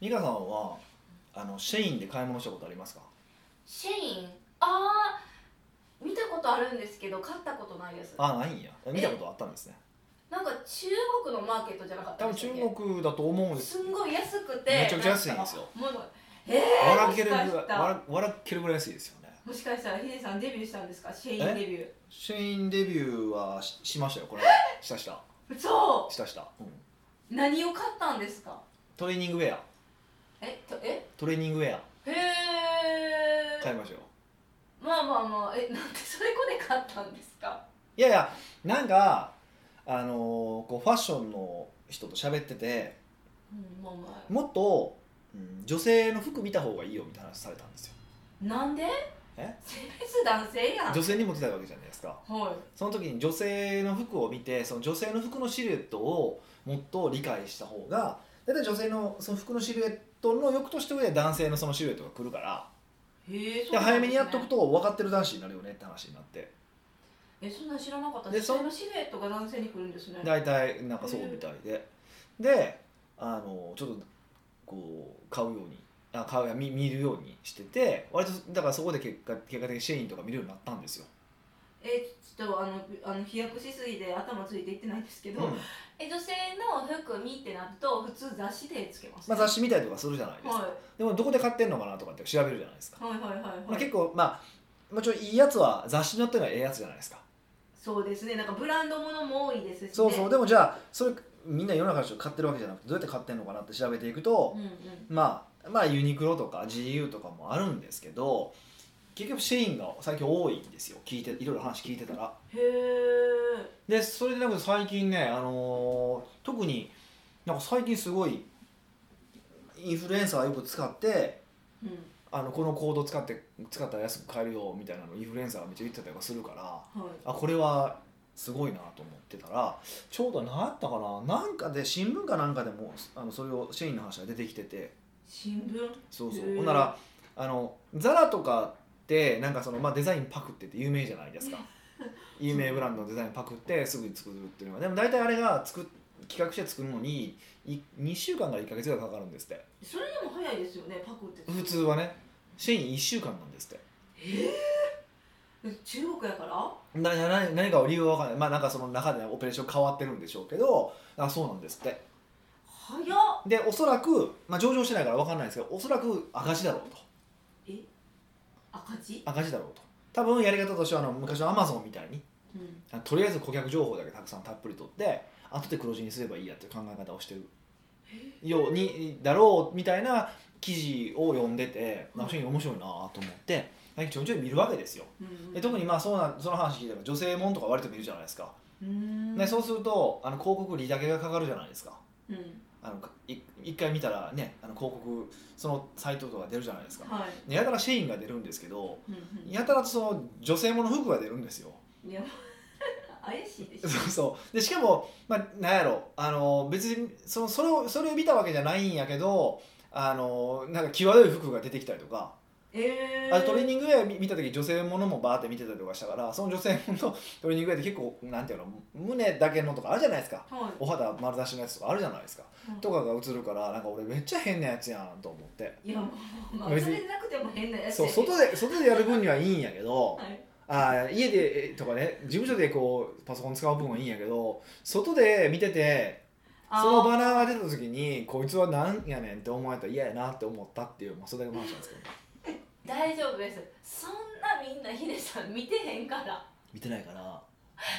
美香さんはあのシェインで買い物したことありますかシェインあー見たことあるんですけど買ったことないですあないんや見たことあったんですねなんか中国のマーケットじゃなかった多で分したっけ中国だと思うんですすんごい安くてめちゃくちゃ安いんですよなんかもうえー、笑けるぐらいもしかした笑笑けるぐらい安いですよねもしかしたらヒデさんデビューしたんですかシェインデビュシェインデビューはししましたよこれしたしたーそしたした、うん、う何を買ったんですかトレーニングウェアえとえトレーニングウェアへ買いえましょうまあまあまあえなんでそれこで買ったんですかいやいやなんかあのーこうファッションの人と喋っててうんまあまもっと、うん女性の服見た方がいいよみたいな話されたんですよあなんでえ性別男性やん女性にモテたいわけじゃないですかはいその時に女性の服を見てその女性の服のシルエットをもっと理解した方が大体女性のその服のシルエットの欲として上で男性のそのシルエットが来るからへえ、そでうなんですね早めにやっとくと分かってる男子になるよねって話になってえそんなん知らなかったででそそのシルエットが男性に来るんですね大体なんかそうみたいで、であのちょっとこう買うようにあ買うや見見るようにしてて割とだからそこで結果結果的にシェインとか見るようになったんですよ、えちょっとあのあの飛躍しすぎて頭ついていってないですけど、うんえ女性の服見ってなると普通雑誌でつけます、まあ、雑誌見たりとかするじゃないですか、はでもどこで買ってんのかなとかって調べるじゃないですか、いはいはいはいまはあ、い、結構まあもちろんいいやつは雑誌によってのはええやつじゃないですかそうですねなんかブランドものも多いですし、ね、そうそうでもじゃあそれみんな世の中の人買ってるわけじゃなくてどうやって買ってんのかなって調べていくと、うんうんまあ、まあユニクロとか GU とかもあるんですけど結局シェインが最近多いんですよ聞いていろいろ話聞いてたらへえでそれでなんか最近ね、あのー特になんか最近すごいインフルエンサーよく使ってうんあのこのコード使って使ったら安く買えるよみたいなのインフルエンサーがめっちゃ言ってたりとかするからはいあこれはすごいなと思ってたらちょうど何やったかななんかで新聞かなんかでもあのそれをシェインの話が出てきてて新聞そうそへうーほんならあのザラとかってなんかその、まあ、デザインパクってって有名じゃない ですか有名ブランドのデザインパクってすぐに作るっていうのはでも大体あれが作っ企画して作るのにい2週間から1か月ぐらいかかるんですってそれでも早いですよねパクって普通はねシェイン1週間なんですってええ中国やからななな何かを理由は分かんないまあなんかその中でねオペレーション変わってるんでしょうけどあそうなんですって早っでおそらく、まあ、上場してないから分かんないですけどおそらく赤字だろうとえ赤字赤字だろうと多分やり方としてはあの昔のアマゾンみたいにうんあとりあえず顧客情報だけたくさんたっぷり取って後で黒字にすればいいやっていう考え方をしてるようにだろうみたいな記事を読んでてうん非常に面白いなと思ってなんかちょいちょい見るわけですようんで特にまあそうなんその話聞いたら女性もんとか割と見るじゃないですか、うーんでそうするとあの広告利だけがかかるじゃないですかうんあのい一回見たらねあの広告そのサイトとか出るじゃないですか、はいでやたらシェインが出るんですけどうんうんやたらとその女性もの服が出るんですよ いや怪しい でしそょうそうでしかも、まあ、なんやろあの別にそのそれをそれを見たわけじゃないんやけどあのなんか際どい服が出てきたりとか、えー、あとトレーニングウェア見見た時女性ものもバーって見てたりとかしたからその女性もののトレーニングウェアって結構なんていうの胸だけのとかあるじゃないですかはいお肌丸出しのやつとかあるじゃないですかうんとかが映るからなんか俺めっちゃ変なやつやんと思っていやもう、まあ、別そにれでなくても変なやつそう外で外でやる分にはいいんやけどはい、あー家でえとかね事務所でこうパソコン使う分はいいんやけど外で見ててあーそのバナーが出た時にこいつはなんやねんって思われたら嫌やなって思ったっていう、まあ、それだけの話なんですけど大丈夫ですそんなみんなヒデさん見てへんから見てないから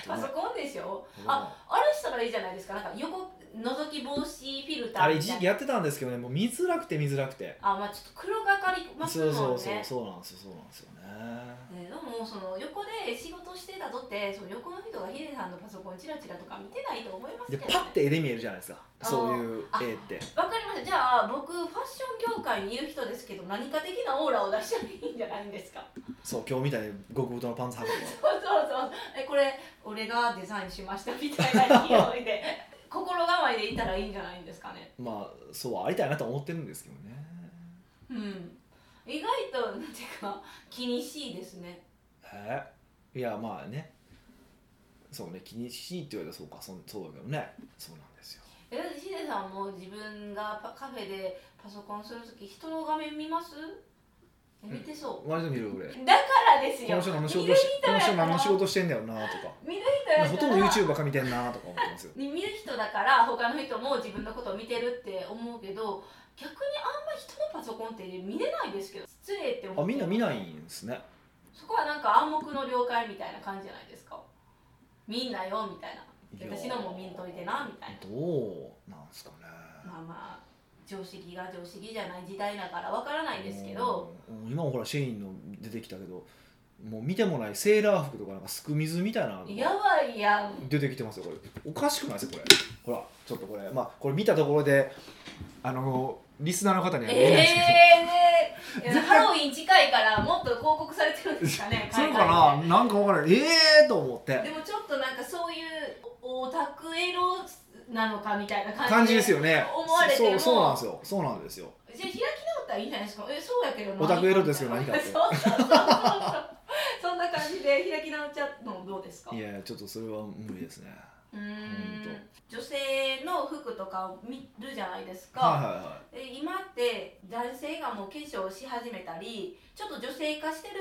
パソコンでしょあああれしたらいいじゃないですかなんか横覗き防止フィルターみたいなあれ一時期やってたんですけどねもう見づらくて見づらくて、あまあちょっと黒がかりますもそんうねそうそうそうなんですよそうなんですよねね、でもその横で仕事してたとってその横の人がヒデさんのパソコンチラチラとか見てないと思いますけでど、パね、ッて絵で見えるじゃないですかあーそういう絵ってわかりましたじゃあ僕ファッション業界にいる人ですけど何か的なオーラを出したらいいんじゃないんですかそう今日みたいに極太のパンツ履くとか そうそうそうえこれ俺がデザインしましたみたいな勢 いで心構えでいたらいいんじゃないんですかねまあそうありたいなと思ってるんですけどねうん意外となんていうか気にしいですねえいやまあねそうね気にしいって言われたらそうかそんそうだけどねそうなんですよえだってヒデさんも自分がパカフェでパパソコンする時人の画面見ますえ見てそう、割と見る俺だからですこよの人何の仕見事るし人こやのか人ら何の仕事してんだよなとか見る人やからほとんど YouTube ばっか見てんなとか思ってますよね見る人だから他の人も自分のことを見てるって思うけど逆にあんま人のパソコンって見れないですけど失礼って思あってみんな見ないんですねそこはなんか暗黙の了解みたいな感じじゃないですかみんなよみたいないや私のも見んといてなみたいなどうなんですかねまあまあ常識が常識じゃない時代だからわからないですけどうん今もほらシェインの出てきたけどもう見てもないセーラー服とかなんかすく水みたいなのやばいやん出てきてますよこれおかしくないですかこれほらちょっとこれまあこれ見たところであのリスナーの方には言えないですけど、ええね絶対ハロウィン近いからもっと広告されてるんですかねそう海外かななんかわからないええー、と思ってででもちょっとなんかそういうオタクエロなのかみたいな感じ感じですよね思われてそもうそうなんですよそうなんですよじゃあ開き直ったらいいんじゃないですかえそうやけど何オタクエロですよ何かってそうそうそうそう そんな感じで開き直っちゃうのどうですかいやちょっとそれは無理ですねうーんほん女性の服とかを見るじゃないですか、はいはいはで今って男性がもう化粧し始めたりちょっと女性化してる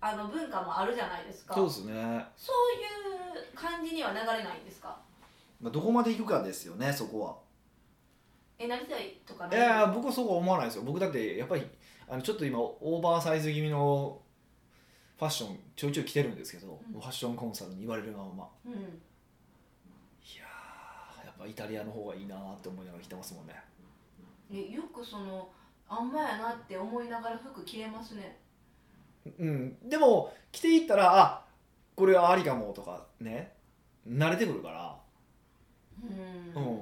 あの文化もあるじゃないですかいそうですね、そういう感じには流れないんですかまあ、どこまで行くかですよねそこはえなりたいとかいないや僕はそうは思わないですよ僕だってやっぱりあのちょっと今オーバーサイズ気味のファッションちょいちょい着てるんですけど、うんファッションコンサルに言われるがままうんいやーやっぱイタリアの方がいいなーって思いながら着てますもんねえよくそのあんまやなって思いながら服着れますねうんでも着ていったらあこれはありかもとかね慣れてくるからうん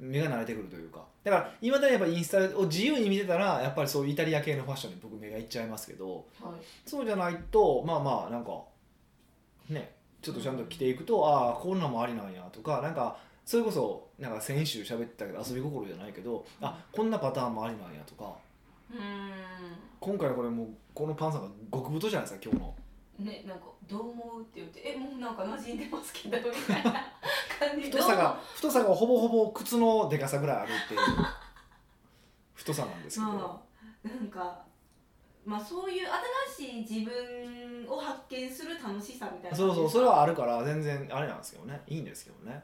うん、目が慣れてくるというかだから今だにやっぱインスタを自由に見てたらやっぱりそういうイタリア系のファッションに僕目がいっちゃいますけどはいそうじゃないとまあまあなんかねちょっとちゃんと着ていくと、ああこんなんもありなんやとかなんかそれこそなんか先週喋ってたけど遊び心じゃないけど、あこんなパターンもありなんやとかうー今回これもうこのパンさんが極太じゃないですか今日のんねなんか「どう思う?」って言って「えもうなんか馴染んでますけど」みたいな感じ太さが太さがほぼほぼ靴のでかさぐらいあるっていう太さなんですけど、まあなんかまあそういう新しい自分を発見する楽しさみたいなそうそうそれれはあるから全然あれなんですけどねいいんですけどね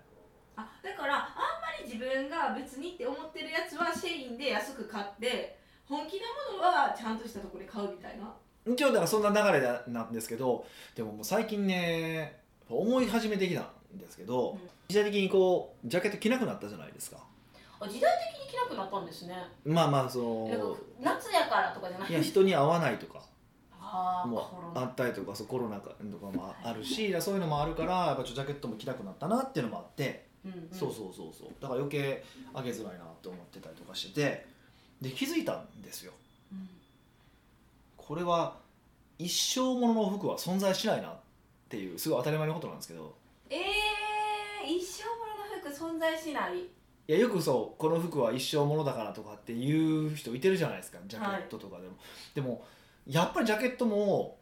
あだからあんまり自分が別にって思ってるやつはシェインで安く買って本気なものはちゃんとしたところで買うみたいな一応だからそんな流れだなんですけどでももう最近ね思い始めてきたんですけど、うん時代的にこうジャケット着なくなったじゃないですかあ時代的に着なくなったんですねまあまあそなんかの夏やからとかじゃないいや人に会わないとかああコもロうあナったりとかそうコロナとかもあるしそういうのもあるからやっぱちょっとジャケットも着なくなったなっていうのもあって、うんうんそうそうそうそうだから余計上げづらいなって思ってたりとかしててで気づいたんですようんこれは一生ものの服は存在しないなっていうすごい当たり前のことなんですけどええー、一生ものの服存在しないいやよくそうこの服は一生ものだからとかっていう人いてるじゃないですかジャケットとかでも、でもやっぱりジャケットも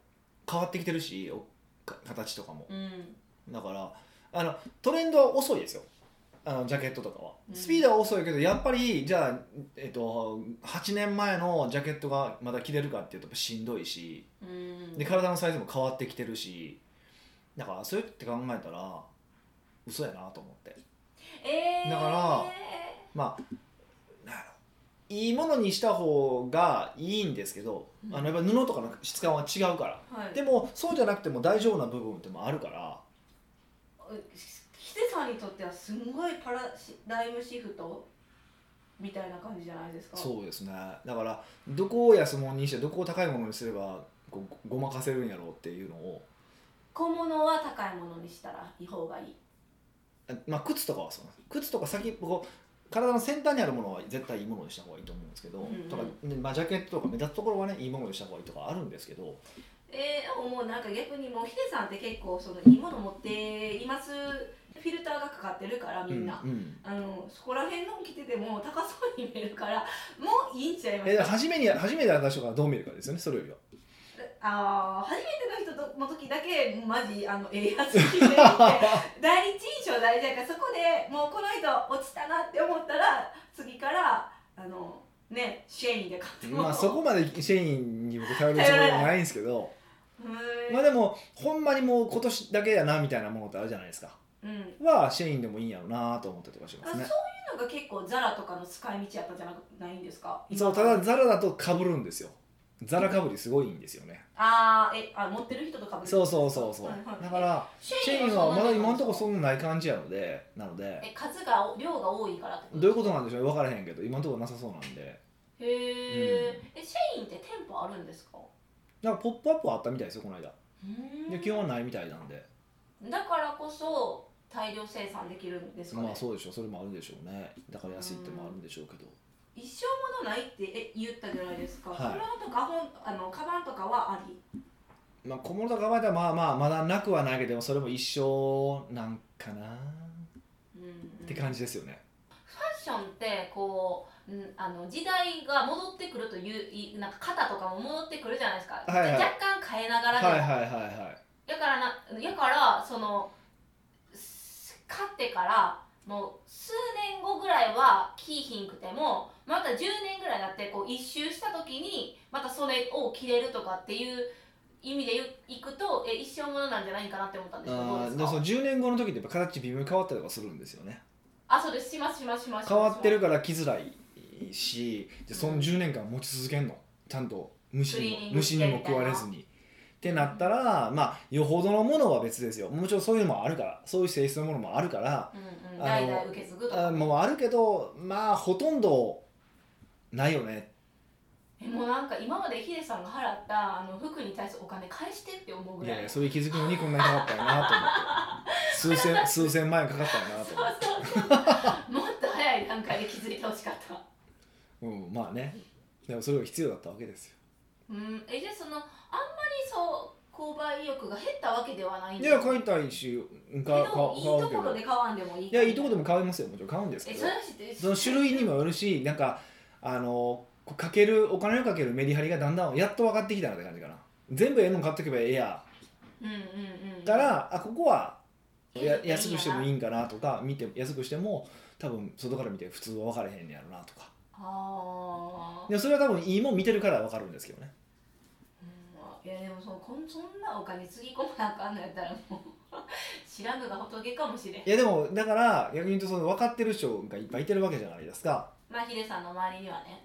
変わってきてるしおか形とかもうんだからあのトレンドは遅いですよあのジャケットとかはうんスピードは遅いけどやっぱりじゃあ、えっと、8年前のジャケットがまだ着れるかっていうとやっぱしんどいしうんで体のサイズも変わってきてるしだからそうやって考えたら嘘やなと思ってえー、だからまあなんやろいいものにした方がいいんですけど、うんあのやっぱ布とかの質感は違うからはい、でもそうじゃなくても大丈夫な部分ってもあるからヒデさんにとってはすんごいパラダイムシフトみたいな感じじゃないですかそうですねだからどこを安物にしてどこを高いものにすればこうごまかせるんやろうっていうのを、小物は高いものにしたらいい方がいいまあ、靴とかはそうなんです靴とか先こう体の先端にあるものは絶対いいものにした方がいいと思うんですけど、うんうんとか、ねまあ、ジャケットとか目立つところはねいいものにした方がいいとかあるんですけど、えー、でももうなんか逆にもうヒデさんって結構そのいいもの持っていますフィルターがかかってるからみんな、うんうんあのそこら辺の着てても高そうに見えるからもういいんちゃいまえすだかから初めに初めて会った人がどう見るかですよねそれよりはあー初めての人との時だけマジあのええやつ着て るって第一印象大事だからそこでもうこの人落ちたなって思ったら次からあのねシェインで買ってもまあそこまでシェインに僕頼るつもりはないんですけどへーまあでもほんまにもう今年だけやなみたいなものってあるじゃないですかうんはシェインでもいいんやろうなと思ったりとかしあまそすういねうのが結構ザラとかの使い道やったんじゃなくないんですかそうただザラだとかぶるんですよザラかぶりすごいんですよねあーえあ持ってる人とかもそうそうそうそうはいはいだからシシェインはまだ今のところそうんなない感じやのでなのでえ数が量が多いからってことどういうことなんでしょう分からへんけど今のところなさそうなんでへーえシェインって店舗あるんですかなんかポップアップはあったみたいですよこの間うでん基本はないみたいなんでだからこそ大量生産できるんですかね、まあそうでしょうそれもあるでしょうねだから安いってもあるんでしょうけど一生ものないってえ言ったじゃないですか、はいそれのとかほんあのカバンとかはありまあ小物とか考えたらまあまあまだなくはないけどでもそれも一生なんかなうんって感じですよねファッションってこう、うん、あの時代が戻ってくるといういなんか肩とかも戻ってくるじゃないですか、はいはい若干変えながはらいではも、いはいはいだからなやからそのす買ってからもう数年後ぐらいは着いひんくてもまた10年ぐらいになってこう一周した時にまたそれを着れるとかっていう意味で言ういくとえ一生ものなんじゃないかなって思ったんですけどどうあでーすでもそかの10年後の時ってやっぱ形微妙に変わったりとかするんですよねあそうですしますしますします変わってるかから着づらいしでその10年間持ち続けんのちゃんと虫クリにーニンもグ虫してにも食われずに。ってなったら、まあよほどのものは別ですよもちろんそういうのもあるからそういう性質のものもあるからうんうん、あの代々受け継ぐとかあもうあるけどまあほとんどないよねえもうなんか今までヒデさんが払ったあの服に対するお金返してって思うぐいらいやいやそれ気づくのにこんなにかかったよなと思って数 千数千万円かかったよなと思っもっと早い段階で気づいてほしかったて、うん、まあねでもそれが必要だったわけですようん、えじゃあそのあんまりそう購買意欲が減ったわけではないんいですや買いたいしけどかい買いとうけころどで買わんでもいいいやいいとこででも買いますよもちろん買うんですけえどそれは知ってるその種類にもよるしなんかあのこうかけるお金をかけるメリハリがだんだんやっと分かってきたなって感じかな全部ええの買っとけばええやうんうんうんだからあここはや安くしてもいいいんかなとか見て安くしても多分外から見て普通は分からへんねやろなとかああでもそれは多分いいもん見てるから分かるんですけどねいやでもそのこんそんなお金つぎ込まなあかんのやったらもう知らぬが仏かもしれいんやでもだから逆に言うとその分かってる人がいっぱいいてるわけじゃないですかまあヒデさんの周りにはね、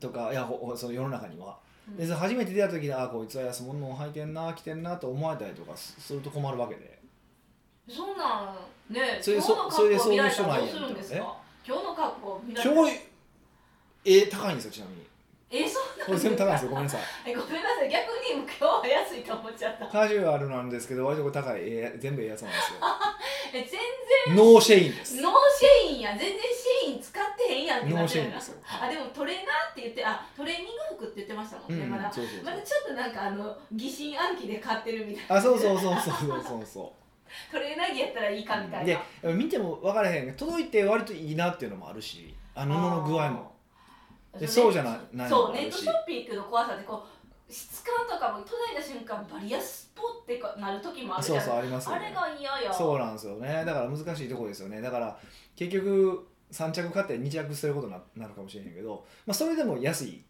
とかいやほほその世の中にはうんでその初めて出会った時にあこいつは安物の履いてんな着てんなと思われたりとかすすると困るわけでそんなんねそれで今日の格好見られたらそれどうでするんですそういう人なんやみたいなか今日の格好見られた今日え高いんですよちなみにえそうなんこれ全部高いんですよごめんなさいえごめんなさい逆に今日は安いと思っちゃったカジュアルなんですけど割とこれ高いええ全部ええやつなんですえ全然よノーシェインですノーシェインや全然シェイン使ってへんやんってノなーっシてェイるンなですよあでもトレーナーって言ってあトレーニング服って言ってましたもうんんね、うんまだそうそうまそだうちょっとなんかあの疑心暗鬼で買ってるみたいなあそうそうそうそうそうそうそうトレーナー着やったらいいかみた いなで見ても分からへんけど届いて割といいなっていうのもあるしあの布の具合もあーでそうじゃなないのそうもあネッるトしショッピングの怖さでこう質感とかも届いた瞬間バリアスポってこうなる時もあるじゃそうそうないありますよあれねが嫌やそうなんですよねだから難しいところですよねだから結局3着買って2着捨てることにななるかもしれへんけど、まあ、それでも安いっ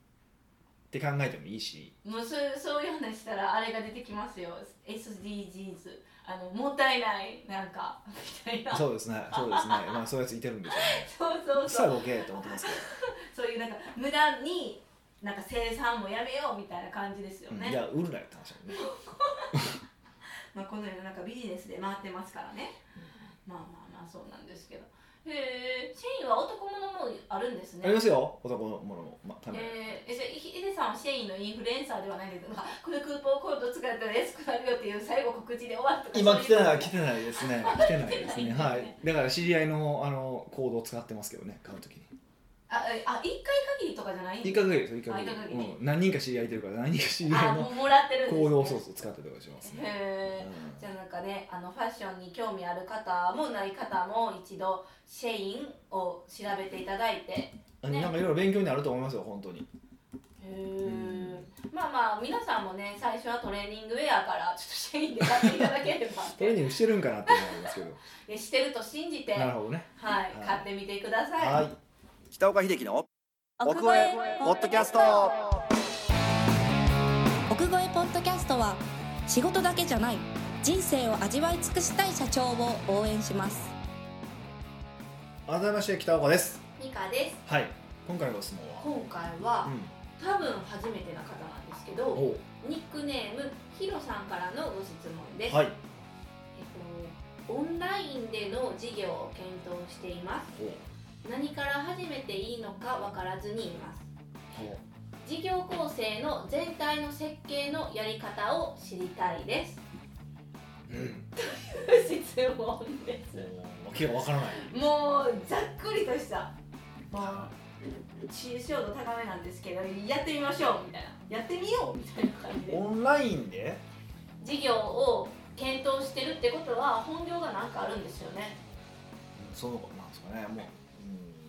て考えてもいいしもうそうそういう話したらあれが出てきますよ SDGs あのもったいないなんかみたい なそうそうですねそうですねまあそういうやついてるんですよ ねそうさそあうボケーと思ってますけどそういうなんか無駄になんか生産もやめようみたいな感じですようん、ね、いや売るなよって話だもんねまあ、この世の中ビジネスで回ってますからねまあまあまあそうなんですけどへえシェインは男物もあるんですねありますよ男のものも、まあ、ためえー、えじゃあヒデさんはシェインのインフルエンサーではないんですがこのクーポンコード使ったら安くなるよっていう最後告知で終わるとか今来てそうなうい来てないですね来てないですね 来てないはんだいだから知り合いのあのコードを使ってますけどね買うときにあえあ一回限りとかじゃないん一です回限りですよ一回限あ一回り限りうん、何人か知り合いいてるから何人か知り合あいものうもらってるんです、ね、行動ソースを使ってたりとかしますね、へえうんじゃあなんかねあのファッションに興味ある方もない方も一度シェインを調べていただいてへあねなんかいろいろ勉強になると思いますよ本当にえまあまあ皆さんもね最初はトレーニングウェアからちょっとシェインで買っていただければっトレーてニングしてるんかなっていうのがありますけどいやしてると信じてなるほどねはいはい買ってみてくださはい北岡秀樹の奥越えポッドキャスト奥越えポッドキャストは仕事だけじゃない人生を味わい尽くしたい社長を応援します改めまして北岡ですミカですはい今回のご質問は今回は、ん多分初めての方なんですけどおニックネームヒロさんからのご質問です、はいえっと、オンラインでの事業を検討しています何から始めていいのか分からずにいますおお事業構成の全体の設計のやり方を知りたいですうん質問ですおわけがわからないもうざっくりとしたもう抽象度高めなんですけどやってみましょうみたいなやってみようみたいな感じでオンラインで事業を検討してるってことは本業が何かあるんですよねうんそうなんですかねもう、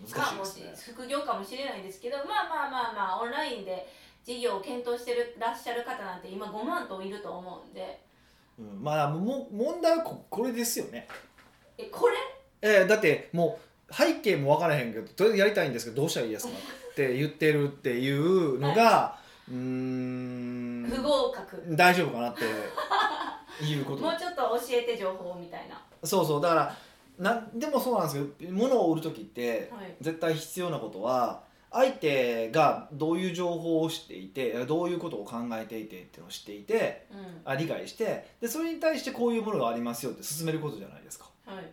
うん、か難もししいですね副業かもしれないですけどまあまあまあまあオンラインで事業を検討してるらっしゃる方なんて今5万といると思うんでうん、まあも問題はここれですよね、えこれえーだってもう背景もわからへんけどとりあえずやりたいんですけどどうしたらいいですかって言ってるっていうのが、うーん不合格、大丈夫かなっていうこともうちょっと教えて情報みたいな、そうそうだからなんでもそうなんですけど物を売る時ってはい絶対必要なことは相手がどういう情報を知っていてどういうことを考えていてっていうのを知っていてうあ理解してでそれに対してこういうものがありますよって進めることじゃないですかん、はい、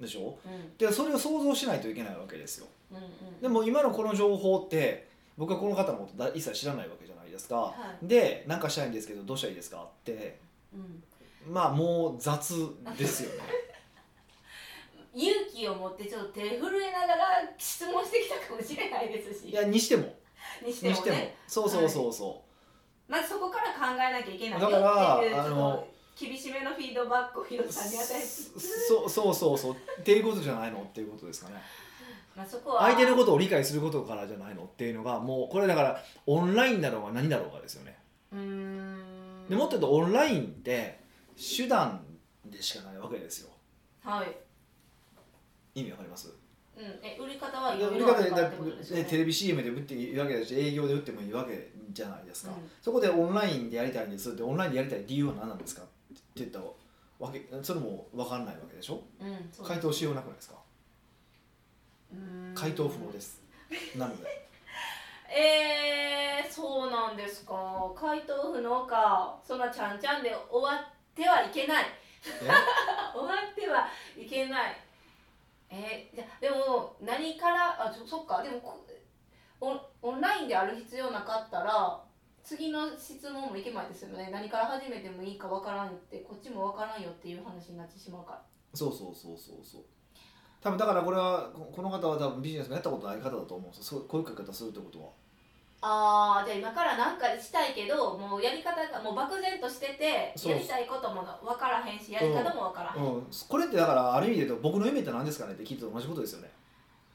でしょうんでそれを想像しないといけないわけですようんうん、でも今のこの情報って僕はこの方のことだ一切知らないわけじゃないですか、はいで何かしたいんですけどどうしたらいいですかってうん、まあもう雑ですよね勇気を持ってちょっと手震えながら質問してきたかもしれないですしいやにしてもにしてにもしてもねそうそうそうそまずそこから考えなきゃいけないよだからっていうちあょっのと厳しめのフィードバックをヒロう、さんに与えてそそうそうそうっていうことじゃないのっていうことですかねまあそこは相手のことを理解することからじゃないのっていうのがもうこれだからオンラインだろうが何だろうがですよねうーんでもっと言うとオンラインって手段でしかないわけですよはい、意味わかりますうん、え売り方はいいやろ売いりろあ方るでからだってことですよねねテレビ CM で打っていいわけだし営業で打ってもいいわけじゃないですか、うんそこでオンラインでやりたいんですってオンラインでやりたい理由は何なんですかって言ったわけそれも分かんないわけでしょうんそう回答しようなくないですかうーん回答不能ですなのでえー、そうなんですか回答不能かそんなちゃんちゃんで終わってはいけない 終わってはいけないえー、じゃでも何からあそそっかでもこオンオンラインである必要なかったら次の質問もいけまいですよね何から始めてもいいかわからんってこっちもわからんよっていう話になってしまうからそうそうそうそうそう多分だからこれはここの方は多分ビジネスもやったことない方だと思うんですよそうこういう書き方するってことはあーじゃあ今から何かしたいけどもうやり方がもう漠然としててそうやりたいことも分からへんしやり方も分からへん、うん、これってだからある意味で言うと僕の夢って何ですかねって聞いてと同じことですよね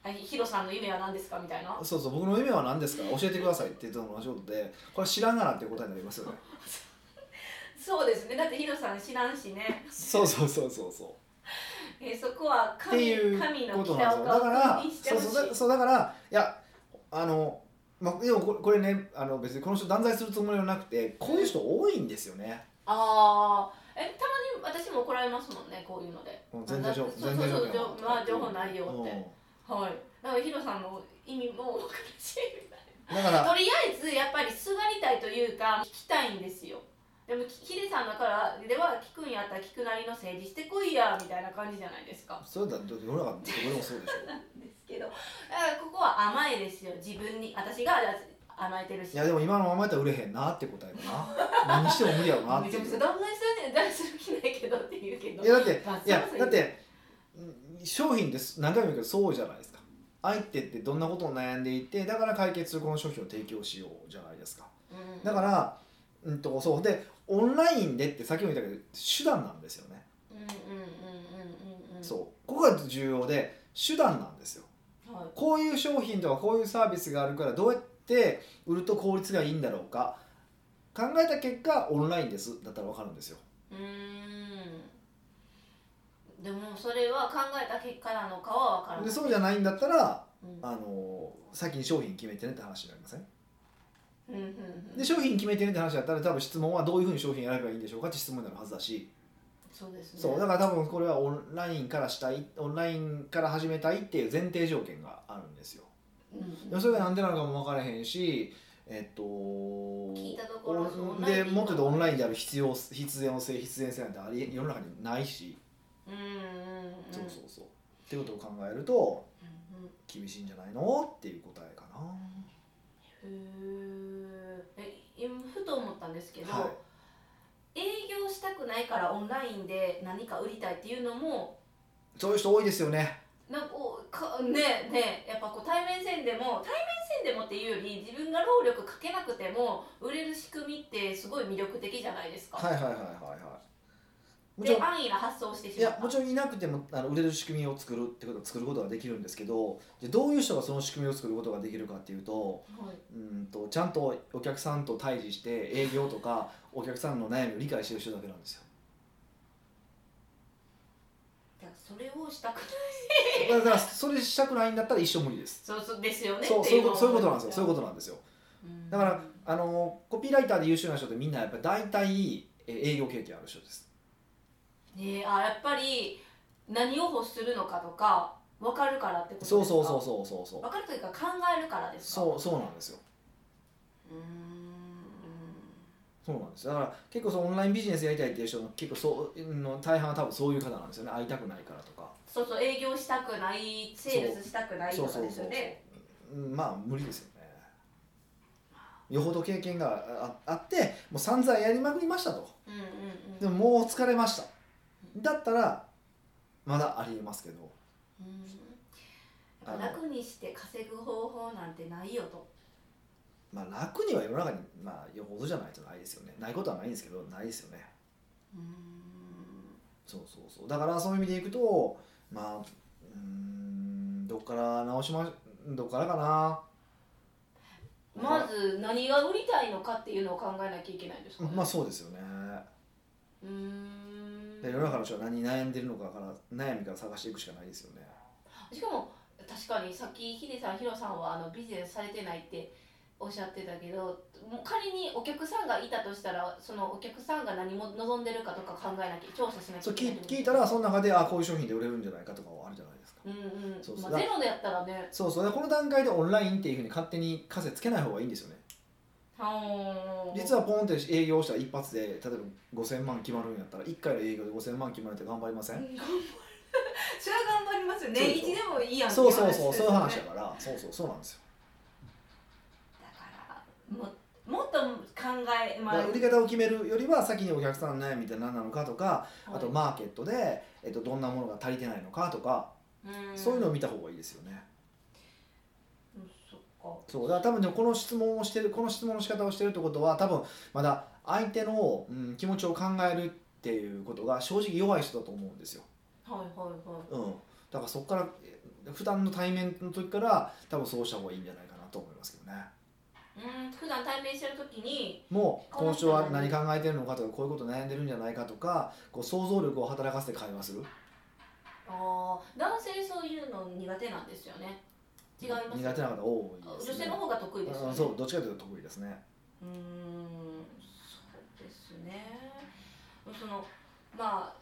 あヒロさんの夢は何ですかみたいなそうそう僕の夢は何ですか教えてくださいって言ってたのと同じことでこれ知らんがなっていう答えになりますよねそうですねだってヒロさん知らんしね、そうそうそうそうそうえーそこはって神いう神のこと北なんですよだか岡らをしてそうほしいそうだそうだからいやあの、まあ、でもこれこれねあの別にこの人断罪するつもりはなくてこういう人多いんですよね、ああえたまに私も怒られますもんねこういうのでうん全然情あだってそ全う然そうそう情情報まあ情報ないようんって、はいだからヒロさんの意味も分からんしみたいなだからとりあえずやっぱり座りたいというか聞きたいんですよでもきヒデさんだからでは聞くんやったら聞くなりの整理してこいやみたいな感じじゃないですかそれだって世の中どこでもそうでしですけどだからここは甘えですよ自分に私が甘えてるしょいやでも今のままやったら売れへんなって答えかな何しても無理やろなっめてちいゃくちゃう断罪するね断罪する気ないけどって言うけどいやだってまあいやそうそうだってうん商品です何回も言うけどそうじゃないですか相手ってどんなことを悩んでいてだから解決するこの商品を提供しようじゃないですかうんだから、うんと、そうでオンラインでって先も言ったけど手段なんですよね、うんうんうんうんうんうんそうここが重要で手段なんですよはいこういう商品とかこういうサービスがあるからどうやって売ると効率がいいんだろうか考えた結果オンラインですだったら分かるんですようーんでもそれは考えた結果なのかは分からなでいそうじゃないんだったらうんあの先に商品決めてねって話になりませんうんうんうんで商品決めてねって話だったら多分質問はどういうふうに商品選べばいいんでしょうかって質問になるはずだし、そうですねそうだから多分これはオンラインからしたいオンラインから始めたいっていう前提条件があるんですよ。うんでもそれが何でなのかも分からへんしえっと聞いたところオンオンラインでもっと言うとオンラインである必要必然性必然性なんてあり世の中にないし、うんうんうんそうそうそうってことを考えるとうんうん厳しいんじゃないのっていう答えかな。へーえ今ふと思ったんですけど、はい営業したくないからオンラインで何か売りたいっていうのもそういう人多いですよね。なんかこうかねえねえやっぱこう対面戦でも対面戦でもっていうより自分が労力かけなくても売れる仕組みってすごい魅力的じゃないですか、はいはいはいはいはい。もちでろん安易な発想をしてしいまっやたもちろんいなくてもあの売れる仕組みを作るってこと作ることができるんですけどじゃあどういう人がその仕組みを作ることができるかっていうとはいうーんとちゃんとお客さんと対峙して営業とかお客さんの悩みを理解してる人だけなんですよ。だからそれをしたくないだからそれしたくないんだったら一生無理です。そうそうですよねそうそういうことそういうことなんですよそういうこととなんですよ。だからあのコピーライターで優秀な人ってみんなやっぱり大体え営業経験ある人です。ねえあやっぱり何を欲するのかとか分かるからってことですそかうそうそうそうそうそう分かるというか考えるからですかそうそうなんですよ。うーんそうなんですだから結構そのオンラインビジネスやりたいっていう人の結構そうの大半は多分そういう方なんですよね会いたくないからとかそうそう営業したくないセールスしたくないそとうかそうでそうそうすよねうんまあ無理ですよねよほど経験がああってもう散々やりまくりましたとうんうんうんでももう疲れましただったらまだありえますけどうんあの楽にして稼ぐ方法なんてないよとまあ楽には世の中にまあよほどじゃないとないですよねないことはないんですけどないですよねうーんそうそうそうだからそういう意味でいくとまあうーんどっから直しまどっからかなまず何が売りたいのかっていうのを考えなきゃいけないんですかね、まあそうですよねうーんで世の中の人は何に悩んでるのかから悩みから探していくしかないですよねしかも確かにさっきヒデさんヒロさんはあのビジネスされてないっておっしゃってたけどもう仮にお客さんがいたとしたらそのお客さんが何も望んでるかとか考えなきゃ調査しなきそゃういけない聞聞いたらその中であこういう商品で売れるんじゃないかとかはあるじゃないですかうんうんそうそうまあ、ゼロでやったらねそうそうだからこの段階でオンラインっていうふうに勝手に枷つけない方がいいんですよね実 ははポンって営業したら一発で例えば5000万決まるんやったら1回の営業で5000万決まるって頑張りません、それは頑張りますそようでしょ一もいいやっていそうそうそうそう話ですよいねう話だからそうそうそうなんですよだからももっと考えまだあから売り方を決めるよりは先にお客さんの悩みって何なのかとかあとはいマーケットで、えっと、どんなものが足りてないのかとかうんそういうのを見た方がいいですよね。うんそっかそうだから多分ねこの質問をしてるこの質問の仕方をしてるってことは多分まだ相手の、うん、気持ちを考えるっていうことが正直弱い人だと思うんですよ、はいはいはういん、だからそこからえ普段の対面の時から多分そうした方がいいんじゃないかなと思いますけどねうん普段対面してる時にもうこの人は何考えてるのかとかこういうこと悩んでるんじゃないかとかこう想像力を働かせて会話するあー男性そういうの苦手なんですよね違います苦手な方多いです、女性の方が得意ですようねんそうどっちかというと得意ですねうーんそうですねそのまあ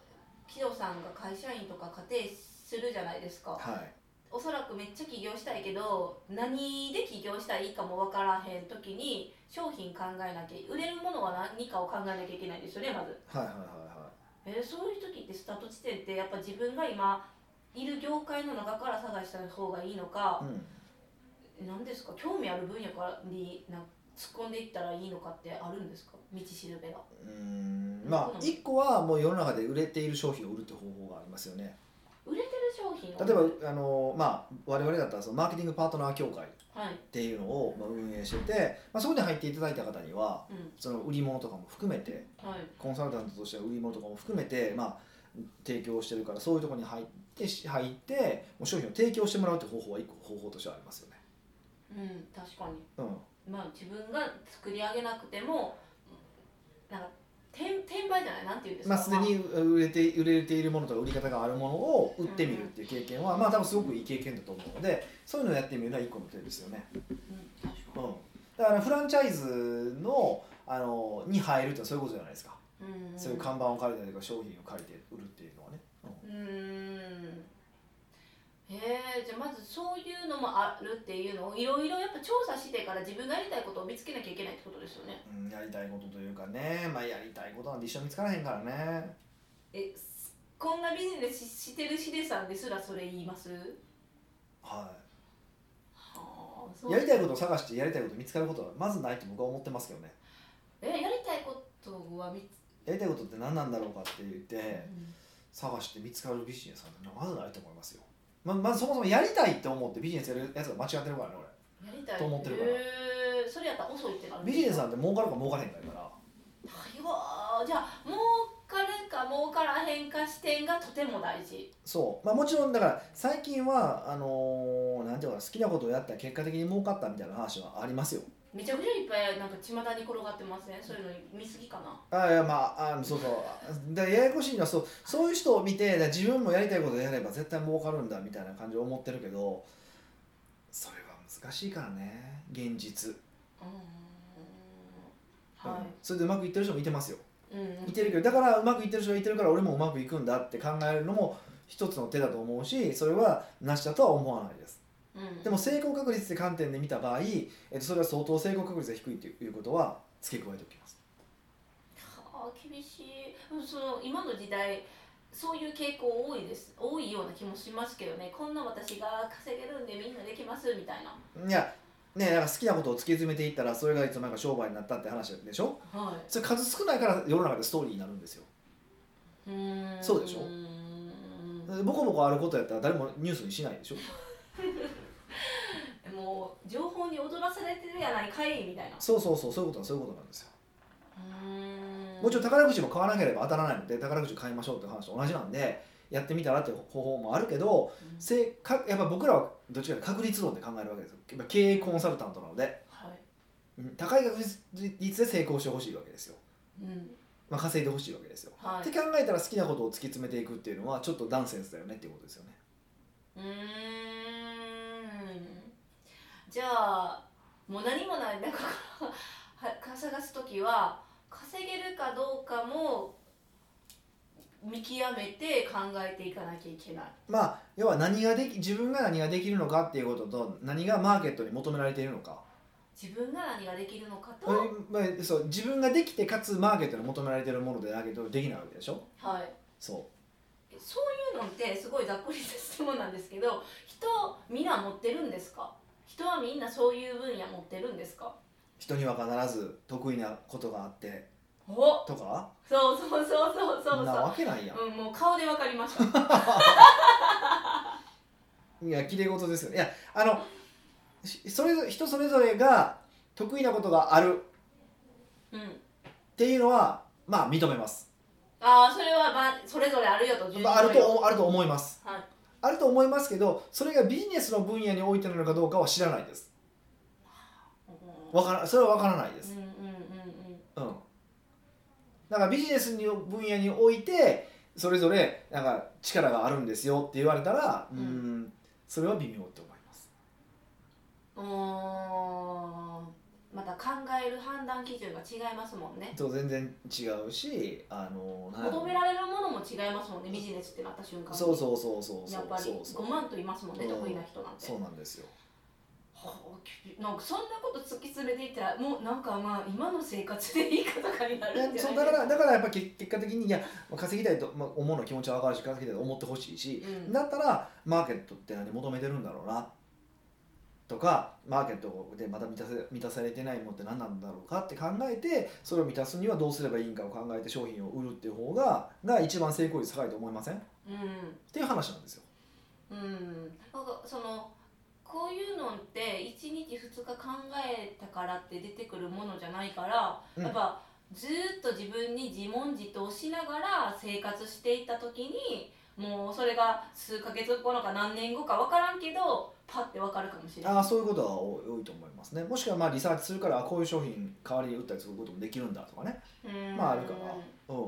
企業さんが会社員とか家庭するじゃないですはかいおそらくめっちゃ起業したいけど何で起業したらいいかもわからへん時に商品考えなきゃ売れるものは何かを考えなきゃいけないですよねまずはいはいはいはえーそういう時ってスタート地点ってやっぱ自分が今いる業界の中から探した方がいいのかい、うん何ですか興味ある分野からにな突っ込んでいったらいいのかってあるんですか道しるべがうーんまうあん一個はもう世の中で売れている商品を売るって方法がありますよね売れてる商品を例えばあの、まあ、我々だったらそのマーケティングパートナー協会っはい、ていうのをまあ運営してて、まあ、そこに入っていただいた方にはうんその売り物とかも含めてはい、コンサルタントとしては売り物とかも含めて、まあ、提供してるからそういうところに入ってし入ってもう商品を提供してもらうって方法は一個方法としてはありますよね。うん、確かにうんまあ自分が作り上げなくてもなんか転転売じゃないなんていうんですか、まあ、すでに売れて売れているものとか売り方があるものを売ってみるっていう経験は、まあ多分すごくいい経験だと思うのでそういうのをやってみるのは一個の手ですよね、うん確かうん、だからフランチャイズのあのに入るってそういうことじゃないですか、にそういう看板を借りたりとか商品を借りて売るっていうのはね、うんうーんへえじゃあまずそういうのもあるっていうのをいろいろやっぱ調査してから自分がやりたいことを見つけなきゃいけないってことですよねうん、やりたいことというかね、まあ、やりたいことなんて一緒に見つからへんからねえすこんなビジネスししてるヒデさんですらそれ言いますははあそいうやりたいことを探してやりたいこと見つかることはまずないと僕は思ってますけどねえやりたいことは見つやりたいことって何なんだろうかって言って、うん探して見つかるビジネスなんてまずないと思いますよままずそもそもやりたいって思ってビジネスやるやつが間違ってるからねやりたいと思ってるからへえそれやったら遅いってなるん俺でビすかジネスなんて儲かるか儲からへんかやからはよーじゃあ儲かるか儲からへんか視点がとても大事そうまあもちろんだから最近はあのーなんていうのかな好きなことをやったら結果的に儲かったみたいな話はありますよめちゃくちゃいっぱいなんか巷に転がってません、そういうの見すぎかなあいやまああのそうそうだからややこしいのはそうそういう人を見てだから自分もやりたいことやれば絶対儲かるんだみたいな感じを思ってるけどそれは難しいからね現実、うーんうんはそれでうまくいってる人もいてますよい。うんうんいてるけどだからうまくいってる人がいてるから俺もうまくいくんだって考えるのも一つの手だと思うしそれはなしだとは思わないですうんでも成功確率って観点で見た場合、えっと、それは相当成功確率が低いということは付け加えておきますはあ厳しい。でもその今の時代そういう傾向多いです。多いような気もしますけどね。こんな私が稼げるんでみんなできますみたいな。いやねだから好きなことを突き詰めていったらそれがいつの間にか商売になったって話でしょはそれ数少ないから世の中でストーリーになるんですよい。うーん。そうでしょうーんボコボコあることやったら誰もニュースにしないでしょもう情報に踊らされてるやないかいみたいな。そうそうそうそういうことはそういうことなんですようーん。もちろん宝くじも買わなければ当たらないので宝くじ買いましょうって話と同じなんでやってみたらっていう方法もあるけどうんせいかやっぱ僕らはどっちかというと確率論で考えるわけですよやっぱ経営コンサルタントなのではい。うん高い確率で成功してほしいわけですよ、うん。まあ、稼いでほしいわけですよ、はい。って考えたら好きなことを突き詰めていくっていうのはちょっとダンセンスだよねっていうことですよねうーんじゃあもう何もない中からはか探す時は稼げるかどうかも見極めて考えていかなきゃいけない。まあ要は何ができ自分が何ができるのかっていうことと何がマーケットに求められているのか自分が何ができるのかと、これまあそう自分ができてかつマーケットに求められているものでなければできないわけでしょはい、そうそういうのってすごいざっくりした質問なんですけど人皆持ってるんですか人はみんなそういう分野持ってるんですか人には必ず得意なことがあっておとかそうそうそうそうそそうんなそわけないやん、う、うん、もう顔でわかりました。いやきれい事ですよねいやあのしそれぞ人それぞれが得意なことがあるうんっていうのはまあ認めます、ああそれは、まあ、それぞれあるよとまあ、あるとあると思いますはいあると思いますけどそれがビジネスの分野においてなのかどうかは知らないですわからそれは分からないでうすんうんうんうんだからビジネスの分野においてそれぞれなんか力があるんですよって言われたらうーんそれは微妙って思いますうんうーんまた考える判断基準が違いますもんねと全然違うしあのなんやろ求められるものも違いますもんねビジネスってなった瞬間にそうそうそうそうそやうっぱりそうそう5万といますもんねうん得意な人なんてそうなんですよはあきなんかそんなこと突き詰めていったらもうなんかまあ今の生活でいいかとかになるんじゃないいやそうだからだからやっぱ結結果的にいや稼ぎたいと、まあ、思うの気持ちは分かるし稼ぎたいと思ってほしいし、うんだったらマーケットって何求めてるんだろうなとかマーケットでまだ満たせ満たされてないものって何なんだろうかって考えてそれを満たすにはどうすればいいんかを考えて商品を売るっていう方がが一番成功率高いと思いませんっうんていう話なんですよ。うん、なんかそのこういうのって1日2日考えたからって出てくるものじゃないから、うんやっぱずーっと自分に自問自答しながら生活していった時にもうそれが数ヶ月後のか何年後か分からんけどパッて分かるかもしれない。あーそういうことは多い多いと思いますねもしくはまあリサーチするからあこういう商品代わりに売ったりすることもできるんだとかねうんまああるからうん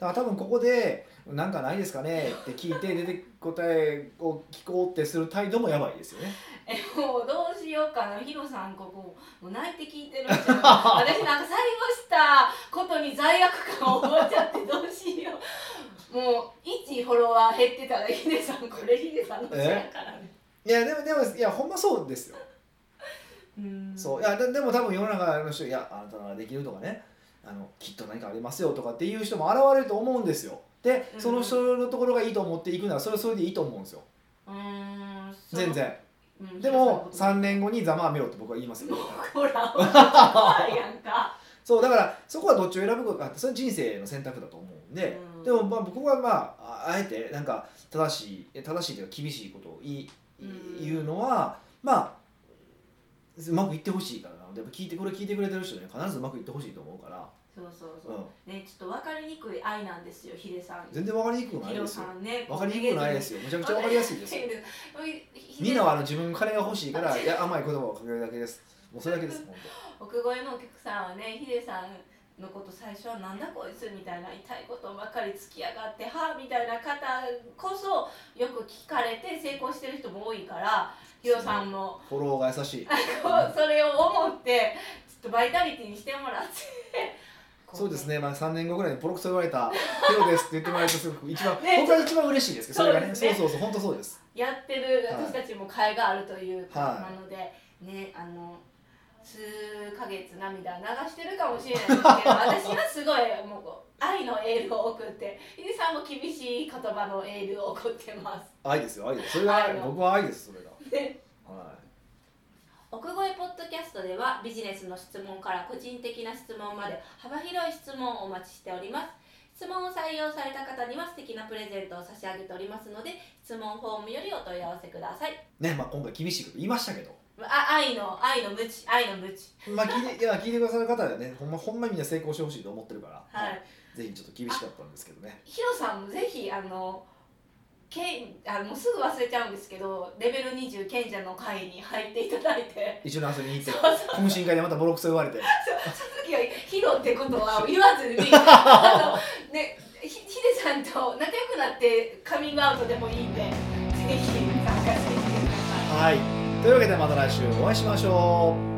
だから多分ここで「なんかないですかね?」って聞いて出て答えを聞こうってする態度もやばいですよね。えもうどうしようかなヒロさんここもう泣いて聞いてるんちゃう私なんか最後したことに罪悪感を覚えちゃってどうしようもう1フォロワー減ってたらヒデさんこれヒデさんのせいやからねいやでもでもいやほんまそうですよ。うんそういやででも多分世の中の人「いやあなたならできる」とかねあの「きっと何かありますよ」とかっていう人も現れると思うんですよ。でうんその人のところがいいと思っていくならそれはそれでいいと思うんですようーんその全然。うんでも3年後にざまあみろって僕は言いますよ。ほらほら怖いやんかそうだからそこはどっちを選ぶかってそれは人生の選択だと思うんで、うんでもまあ僕はまあああえてなんか正しいえ正しいというか厳しいことを言いうん言うのはまあうまくいってほしいからなのでやっぱ聞いてこれ聞いてくれてる人には必ずうまくいってほしいと思うから、、そうそうそううんねちょっと分かりにくい愛なんですよヒデさん全然わかりにくくないヒロですよさんねわかりにくくないですよめちゃくちゃわかりやすい ですよみんなはあの自分の金が欲しいからいや甘い言葉をかけるだけですもうそれだけ です本奥越えのお客さんはねヒデさんのこと最初はなんだこいつみたいな痛いことばっかりつきやがってはあみたいな方こそよく聞かれて成功してる人も多いからヒロさんも当フォローが優しいこう それを思ってちょっとバイタリティにしてもらってこそうですね、まあ、3年後ぐらいにボロクソ言われた「ヒロです」って言ってもらえるとすごく一番、 ね僕が一番嬉しいですけどそれがねそそううですそうそう本当そうですやってるはい私たちも甲斐があるというか、はなのでねあの数ヶ月涙流してるかもしれないですけど私はすごいもうこう愛のエールを送ってヒデさんも厳しい言葉のエールを送ってます愛ですよ愛ですそれが愛の僕は愛ですそれが ねは奥越ポッドキャストではビジネスの質問から個人的な質問まで幅広い質問をお待ちしております質問を採用された方には素敵なプレゼントを差し上げておりますので質問フォームよりお問い合わせくださいいねまあ今回厳しいこと言いましたけどあ愛の愛の無知愛の無知まあ聞いていや聞いてくださる方はねほんまほんまみんな成功してほしいと思ってるから、はいぜひちょっと厳しかったんですけどねヒロさんもぜひあのけんあのもうすぐ忘れちゃうんですけどレベル20賢者の会に入っていただいて一緒に遊びに行ってそう懇親会でまたボロクソ言われてその時はヒロってことは言わずにあのねひヒデさんと仲良くなってカミングアウトでもいいんでぜひ参加してみてください。はいというわけでまた来週お会いしましょう